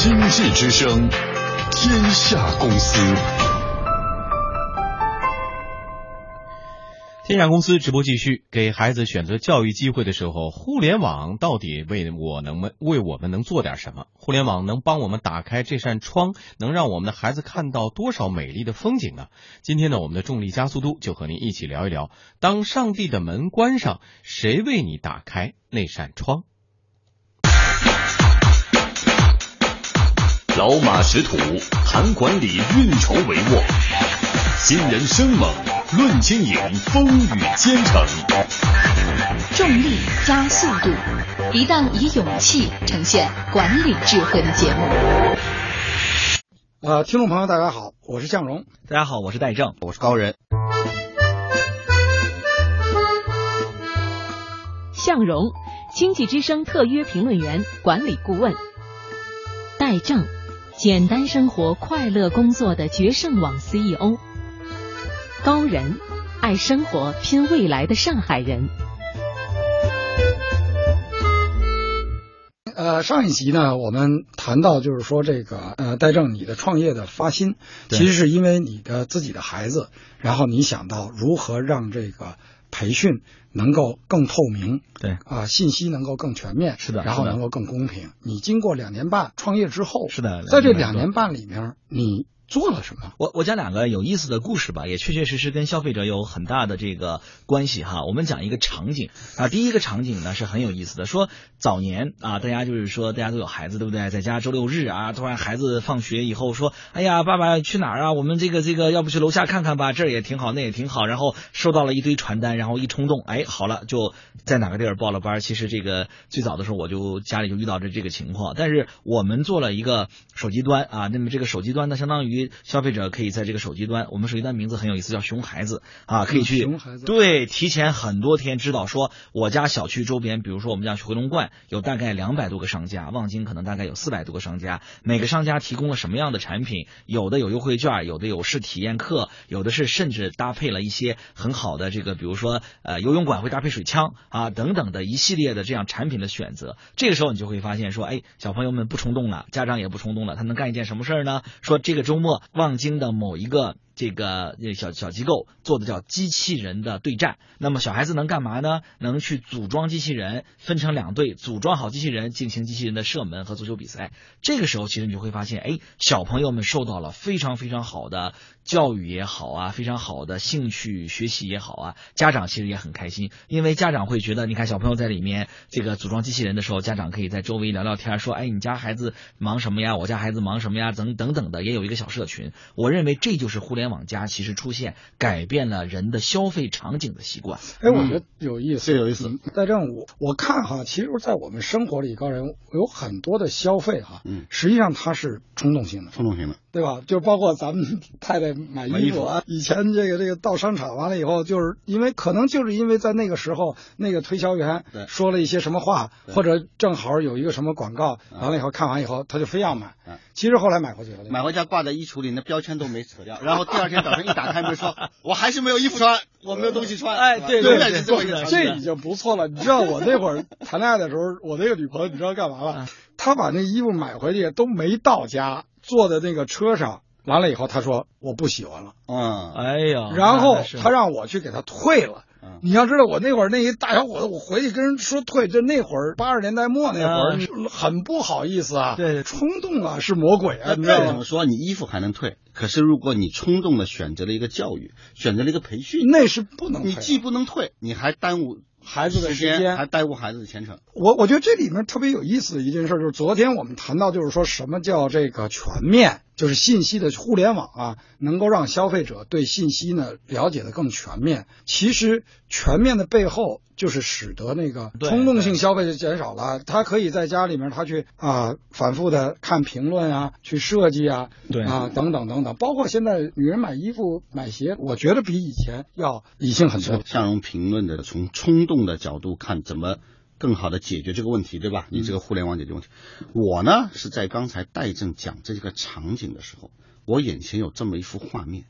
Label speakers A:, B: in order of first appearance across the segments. A: 之声，天下公司。
B: 天下公司直播继续，给孩子选择教育机会的时候，互联网到底为我能们为我们能做点什么？互联网能帮我们打开这扇窗，能让我们的孩子看到多少美丽的风景呢？今天呢，我们的重力加速度就和您一起聊一聊，当上帝的门关上，谁为你打开那扇窗？
A: 老马识途，谈管理，运筹帷幄；新人生猛，论经营，风雨兼程。
C: 重力加速度，一档以勇气呈现管理智慧的节目。
D: 呃，听众朋友，大家好，我是向荣。
E: 大家好，我是戴正。
F: 我是高人。
C: 向荣，经济之声特约评论员、管理顾问。戴正，简单生活、快乐工作的决胜网 CEO。高人，爱生活、拼未来的上海人。
D: 呃，上一集呢，我们谈到就是说这个呃，戴正你的创业的发心，其实是因为你的自己的孩子，然后你想到如何让这个培训能够更透明，
E: 对
D: 啊、信息能够更全面，
E: 是的
D: 然后
E: 是的
D: 能够更公平。你经过两年半创业之后，
E: 是的
D: 在这两
E: 两
D: 年
E: 年
D: 半里面，你做了什么？
E: 我我讲两个有意思的故事吧，也确确实实跟消费者有很大的这个关系哈。我们讲一个场景啊，第一个场景呢是很有意思的，说早年啊，大家就是说大家都有孩子，对不对？在家周六日啊，突然孩子放学以后说，哎呀，爸爸去哪儿啊？我们这个这个，要不去楼下看看吧，这儿也挺好，那也挺好。然后收到了一堆传单，然后一冲动，哎，好了，就在哪个地儿报了班。其实这个最早的时候，我就家里就遇到这这个情况，但是我们做了一个手机端啊，那么这个手机端呢，相当于消费者可以在这个手机端，我们手机端名字很有意思，叫“熊孩子”啊，可以去、
D: 嗯熊孩子
E: 对提前很多天知道说，我家小区周边，比如说我们家回龙观有大概两百多个商家，望京可能大概有四百多个商家，每个商家提供了什么样的产品，有的有优惠券，有的有试体验课，有的是甚至搭配了一些很好的这个，比如说呃游泳馆会搭配水枪啊等等的一系列的这样产品的选择。这个时候你就会发现说，哎，小朋友们不冲动了，家长也不冲动了，他能干一件什么事儿呢？说这个周末望京的某一个。这个呃小小机构做的叫机器人的对战。那么小孩子能干嘛呢？能去组装机器人，分成两队，组装好机器人，进行机器人的射门和足球比赛。这个时候，其实你就会发现，哎，小朋友们受到了非常非常好的教育也好啊，非常好的兴趣学习也好啊，家长其实也很开心，因为家长会觉得，你看小朋友在里面这个组装机器人的时候，家长可以在周围聊聊天，说，哎，你家孩子忙什么呀？我家孩子忙什么呀？等等等的，也有一个小社群。我认为这就是互联网加其实出现改变了人的消费场景的习惯。
D: 哎，我觉得有意思，
F: 这嗯有意思
D: 嗯。戴正，我我看哈，其实，在我们生活里，高人有很多的消费哈，
F: 嗯
D: 实际上它是冲动性的，
F: 冲动型的，
D: 对吧？就包括咱们 太太买
F: 买
D: 衣
F: 衣
D: 服
F: 服
D: 啊，以前这个这个到商场完了以后，就是因为可能就是因为在那个时候，那个推销员
F: 对
D: 说了一些什么话，
F: 对啊
D: 或者正好有一个什么广告，完了以后看完以后，他就非要买
F: 嗯。
D: 其实后来买回去了，
F: 买回家挂在衣橱里，那标签都没扯掉。然后第二天早上一打开门，说我还是没有衣服穿，我没有东西穿。
E: 哎
F: 是吧
E: 对
F: 永
D: 对
F: 远是这么一 个场景
D: 这已经不错了。你知道我那会儿谈恋爱的时候，我那个女朋友你知道干嘛了？她把那衣服买回去都没到家，坐在那个车上，完了以后她说我不喜欢了，
F: 嗯，
E: 哎呀，
D: 然后
E: 那是
D: 她让我去给她退了
F: 嗯。
D: 你要知道，我那会儿那一大小伙子，我回去跟人说退，就那会儿八十年代末那会儿，
E: 嗯
D: 你很不好意思啊，
E: 对对
D: 冲动啊是魔鬼啊，
F: 呃那
D: 你知道
F: 再怎
D: 吗
F: 么？说，你衣服还能退，可是如果你冲动的选择了一个教育，选择了一个培训，
D: 那是不能退
F: 你
D: 的
F: 既不能退，你还耽误
D: 孩子的时
F: 时
D: 间
F: 间，还耽误孩子的前程。
D: 我我觉得这里面特别有意思的一件事，就是昨天我们谈到，就是说什么叫这个全面，就是信息的互联网啊，能够让消费者对信息呢了解的更全面。其实全面的背后，就是使得那个
E: 对
D: 冲动性消费就减少了。他可以在家里面，他去啊反复的看评论啊，去设计啊，
E: 对
D: 啊等等等等，包括现在女人买衣服、买鞋，我觉得比以前要理性很多。
F: 向荣评论的从冲动的角度看，怎么更好的解决这个问题，对吧？你这个互联网解决问题，我呢是在刚才戴正讲这个场景的时候，我眼前有这么一幅画面，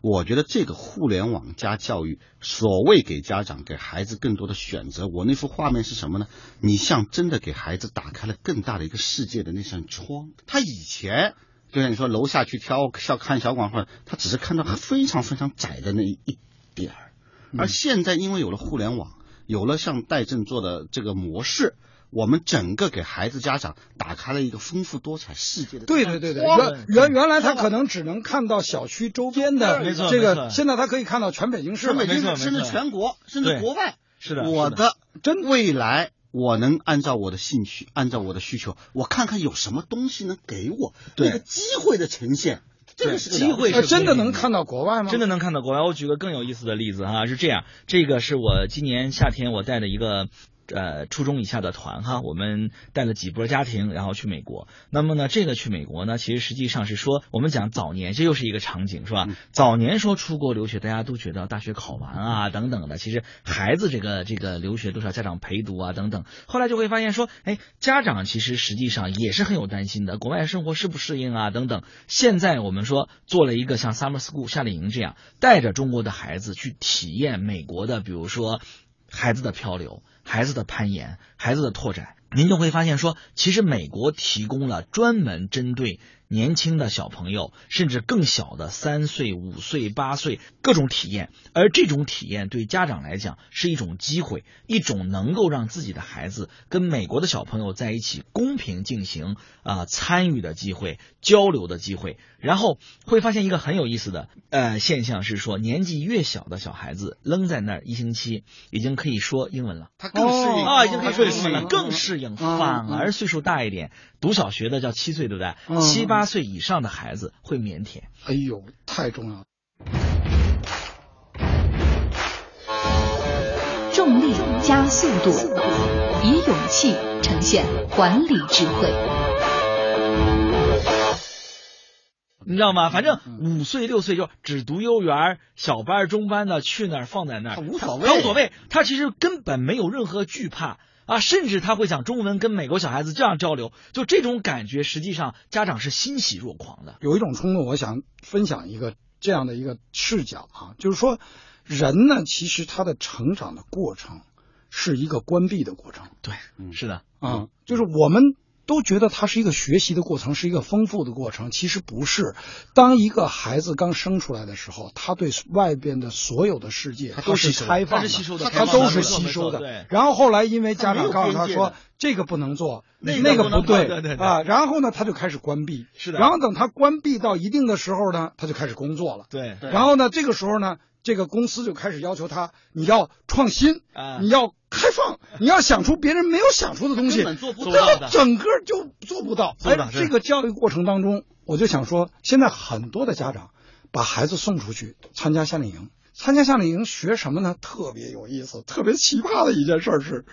F: 我觉得这个互联网加教育，所谓给家长给孩子更多的选择，我那幅画面是什么呢？你像真的给孩子打开了更大的一个世界的那扇窗。他以前。就像你说，楼下去挑小看小广告，他只是看到非常非常窄的那一点儿，
E: 嗯
F: 而现在因为有了互联网，有了像戴震做的这个模式，我们整个给孩子家长打开了一个丰富多彩世界的。
D: 对对对对，原原原来他可能只能看到小区周边的
E: 没错
D: 这
E: 没错
D: 个，现在他可以看到全北京市
F: 全
D: 了
F: 北。
E: 没
F: 京
E: 错
F: 市，甚至
E: 没错
F: 全国，甚
E: 对
F: 至国外。
E: 是的
F: 我
E: 是
F: 的
D: 真
F: 未来，我能按照我的兴趣，按照我的需求，我看看有什么东西能给我
E: 对
F: 那个机会的呈现。这
E: 对
F: 个是个
E: 机会
F: 了
D: 呃
F: 不起
D: 真的能看到国外吗？
E: 真的能看到国外。我举个更有意思的例子哈，是这样，这个是我今年夏天我带的一个。呃，初中以下的团哈，我们带了几波家庭，然后去美国。那么呢，这个去美国呢，其实实际上是说，我们讲早年，这又是一个场景，是吧？早年说出国留学，大家都觉得大学考完啊等等的，其实孩子这个这个留学多少家长陪读啊等等，后来就会发现说，哎，家长其实实际上也是很有担心的，国外生活适不适应啊等等。现在我们说做了一个像 summer school 夏令营这样，带着中国的孩子去体验美国的，比如说孩子的漂流、孩子的攀岩、孩子的拓展，您就会发现说，其实美国提供了专门针对年轻的小朋友，甚至更小的三岁、五岁、八岁各种体验，而这种体验对家长来讲是一种机会，一种能够让自己的孩子跟美国的小朋友在一起公平进行啊、参与的机会、交流的机会，然后会发现一个很有意思的呃现象是说，年纪越小的小孩子扔在那儿一星期，已经可以说英文了。
F: 他更适
D: 哦
F: 应嗯
E: 啊，已经可以说
F: 更
E: 英文了，更适应。反而岁数大一点，读小学的叫七岁，对不对？
D: 嗯
E: 七八岁以上的孩子会腼腆。
D: 哎呦，太重要了。
C: 重力加速度，以勇气呈现管理智慧。
E: 你知道吗？反正五岁六岁就只读幼儿园、小班、中班的，去那儿放在那儿，
F: 他无所谓
E: 他无所谓。他其实根本没有任何惧怕啊，甚至他会讲中文，跟美国小孩子这样交流，就这种感觉，实际上家长是欣喜若狂的。
D: 有一种冲动，我想分享一个这样的一个视角啊，就是说，人呢，其实他的成长的过程是一个关闭的过程
E: 对，是的，
D: 啊、就是我们都觉得它是一个学习的过程，是一个丰富的过程，其实不是。当一个孩子刚生出来的时候，他对外边的所有的世界
F: 他都
D: 都是
F: 吸收
D: 开
F: 的
D: 放
E: 他
D: 的，
E: 是吸收的
D: 他
E: 开放
D: 都
E: 的
D: 是
E: 没错
D: 吸
E: 没
D: 收
E: 错对
D: 的。然后后来因为家
F: 他没
D: 长告诉
F: 有边
D: 他
F: 界
D: 说
F: 的
D: 这个不能做，
F: 那个
D: 那
F: 不
D: 个
F: 能
D: 不
F: 做
D: 对
E: 对对对
D: 啊，然后呢，他就开始关闭。
E: 是的
D: 然后等他关闭到一定的时候呢，他就开始工作了。
E: 对
F: 对
D: 然后呢，这个时候呢，这个公司就开始要求他，你要创新，
E: 啊
D: 你要开 放，你要想出别人没有想出的东西，
F: 根本做不
E: 到
D: 那
E: 的
D: 整个就做不到。
E: 做不到
D: 哎
E: 是
D: 这个教育过程当中，我就想说，现在很多的家长把孩子送出去参加夏令营，参加夏令营学什么呢？特别有意思，特别奇葩的一件事儿是，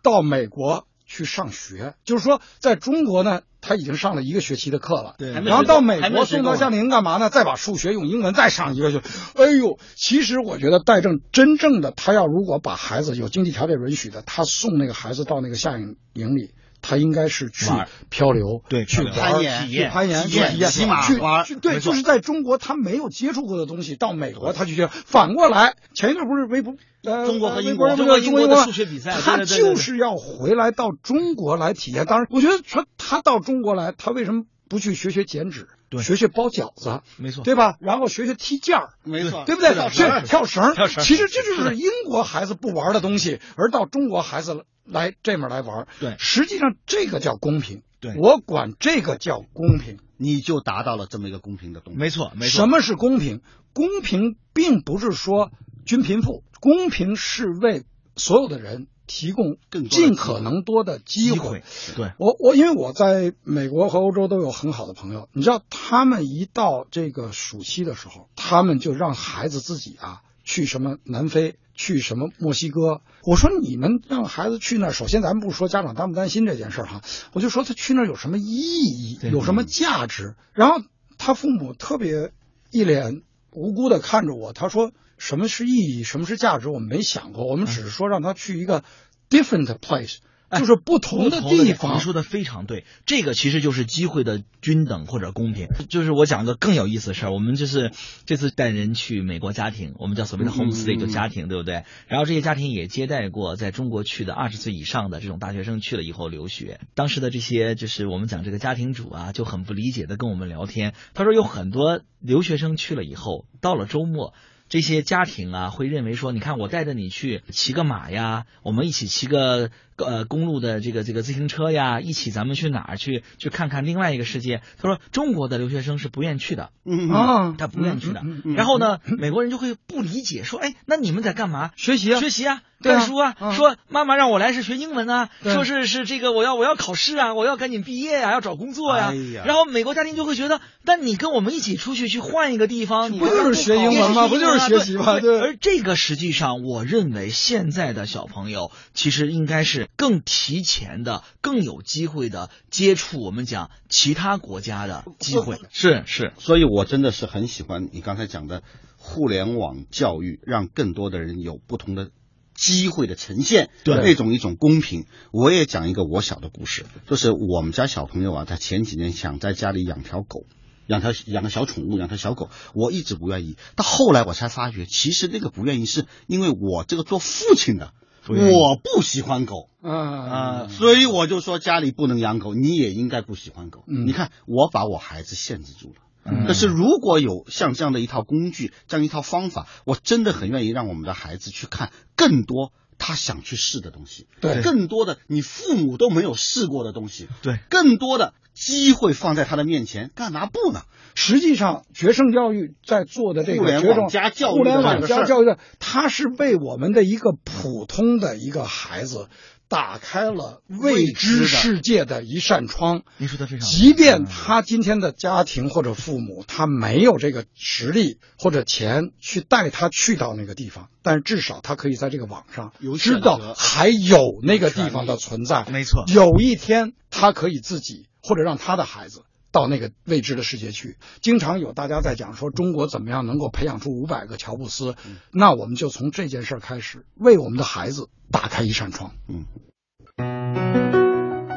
D: 到美国去上学，就是说在中国呢，他已经上了一个学期的课了，
E: 对
D: 然后到美
F: 还没
D: 国
F: 学
D: 送
F: 够
D: 到
F: 呢
D: 夏令营干嘛呢？再把数学用英文再上一个去。哎呦，其实我觉得戴正真正的他要如果把孩子有经济条件允许的，他送那个孩子到那个夏令营里。他应该是去
E: 玩儿
D: 漂流，
E: 对
D: 去玩
F: 攀
D: 儿
F: 岩
D: 去攀岩、
F: 体验
D: 去
F: 骑马
D: 去
F: 玩儿
D: 去对，
E: 没错
D: 就是在中国他没有接触过的东西，到美国他就觉得反过来。前一阵不是微博，呃，
F: 中国和
D: 呃
F: 英
D: 微
F: 国
D: 博中
E: 中国
D: 国
E: 英国的
D: 英国
E: 数学比赛
D: 他
E: 对对对对
D: 就是要回来到中国来体验。当然，我觉得说他到中国来，他为什么不去学学剪纸？
E: 对
D: 学学包饺子，
E: 没错
D: 对吧？然后学学踢毽儿，
F: 没错
D: 对不对？
F: 跳绳
D: 这
F: 儿
D: 跳绳儿，
E: 跳绳儿
D: 其实这就是英国孩子不玩的东西，而到中国孩子来这面来玩。
E: 对
D: 实际上这个叫公平。
E: 对
D: 我管这个叫公平。
F: 你就达到了这么一个公平的东西。
E: 没错，没错。
D: 什么是公平？公平并不是说均贫富，公平是为所有的人提供
F: 更多的
D: 尽可能多的机
E: 机
D: 会
E: 会。？对，
D: 我我因为我在美国和欧洲都有很好的朋友，你知道，他们一到这个暑期的时候，他们就让孩子自己啊去什么南非，去什么墨西哥。我说你们让孩子去那儿，首先咱们不说家长担不担心这件事儿哈，我就说他去那儿有什么意义，
E: 对嗯
D: 有什么价值。然后他父母特别一脸无辜的看着我，他说
E: 嗯
D: 什么是意义，什么是价值，我们没想过，我们只是说让他去一个 different place。
E: 哎
D: 就是不同的地方。
E: 你说的非常对，这个其实就是机会的均等或者公平。就是我讲个更有意思的事儿，我们就是这次带人去美国家庭，我们叫所谓的 homestay 就家庭，对不对？然后这些家庭也接待过在中国去的二十岁以上的这种大学生去了以后留学，当时的这些就是我们讲这个家庭主啊就很不理解的跟我们聊天，他说有很多留学生去了以后，到了周末。这些家庭啊，会认为说，你看我带着你去骑个马呀，我们一起骑个呃公路的这个这个自行车呀，一起咱们去哪儿去去看看另外一个世界。他说中国的留学生是不愿意去的，
F: 嗯
D: 啊
E: 他不愿意去的
D: 嗯嗯嗯。
E: 然后呢，美国人就会不理解，说，哎，那你们在干嘛？
D: 学习啊
E: 学习啊，
D: 对啊
E: 看书啊
D: 嗯，
E: 说妈妈让我来是学英文啊，
D: 对
E: 说是是这个我要我要考试啊，我要赶紧毕业呀、要找工作呀、
F: 哎呀
E: 然后美国家庭就会觉得，但你跟我们一起出去去换一个地方，你
D: 不就是学英文吗不就是学习吗对
E: 啊而这个实际上，我认为现在的小朋友其实应该是更提前的、更有机会的接触我们讲其他国家的机会。是是，
F: 所以我真的是很喜欢你刚才讲的互联网教育，让更多的人有不同的。机会的呈现，
D: 对
F: 那种一种公平。我也讲一个我小的故事，就是我们家小朋友啊，他前几年想在家里养条狗，养条养个小宠物，养条小狗，我一直不愿意。到后来我才发觉，其实那个不愿意是因为我这个做父亲的，
E: 不愿意
F: 我不喜欢狗，
D: 啊
E: 啊
F: 所以我就说家里不能养狗，你也应该不喜欢狗。
D: 嗯
F: 你看，我把我孩子限制住了。
E: 嗯
F: 可是如果有像这样的一套工具，这样一套方法，我真的很愿意让我们的孩子去看更多他想去试的东西，
D: 对
F: 更多的你父母都没有试过的东西，
E: 对，
F: 更多的机会放在他的面前，干嘛不呢？
D: 实际上，学生教育在做的这
F: 互
D: 个
F: 联
D: 学
F: 网
D: 生
F: 加教育
D: 互联
F: 的
D: 网
F: 这个事
D: 加
F: 儿
D: 教育的，它是为我们的一个普通的一个孩子打开了未知世界的一扇窗。
E: 您说的非常嗯
D: 即便他今天的家庭或者父母，他没有这个实力或者钱去带他去到那个地方，但是至少他可以在这个网上
F: 有选
D: 知
F: 择
D: 道还有那个地方的存在。
E: 没错
D: 有一天他可以自己或者让他的孩子。到那个未知的世界去，经常有大家在讲说中国怎么样能够培养出五百个乔布斯，
E: 嗯
D: 那我们就从这件事儿开始，为我们的孩子打开一扇窗。
F: 嗯。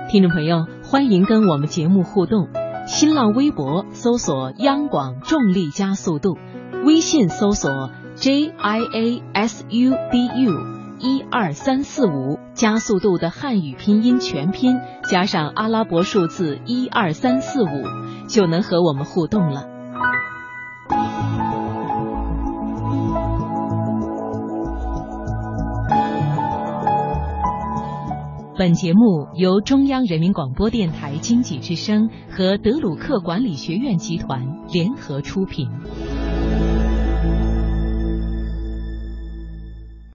C: 听众朋友，欢迎跟我们节目互动。新浪微博搜索“央广重力加速度”，微信搜索 “jisuu”。一二三四五加速度的汉语拼音全拼加上阿拉伯数字一二三四五，就能和我们互动了。本节目由中央人民广播电台经济之声和德鲁克管理学院集团联合出品。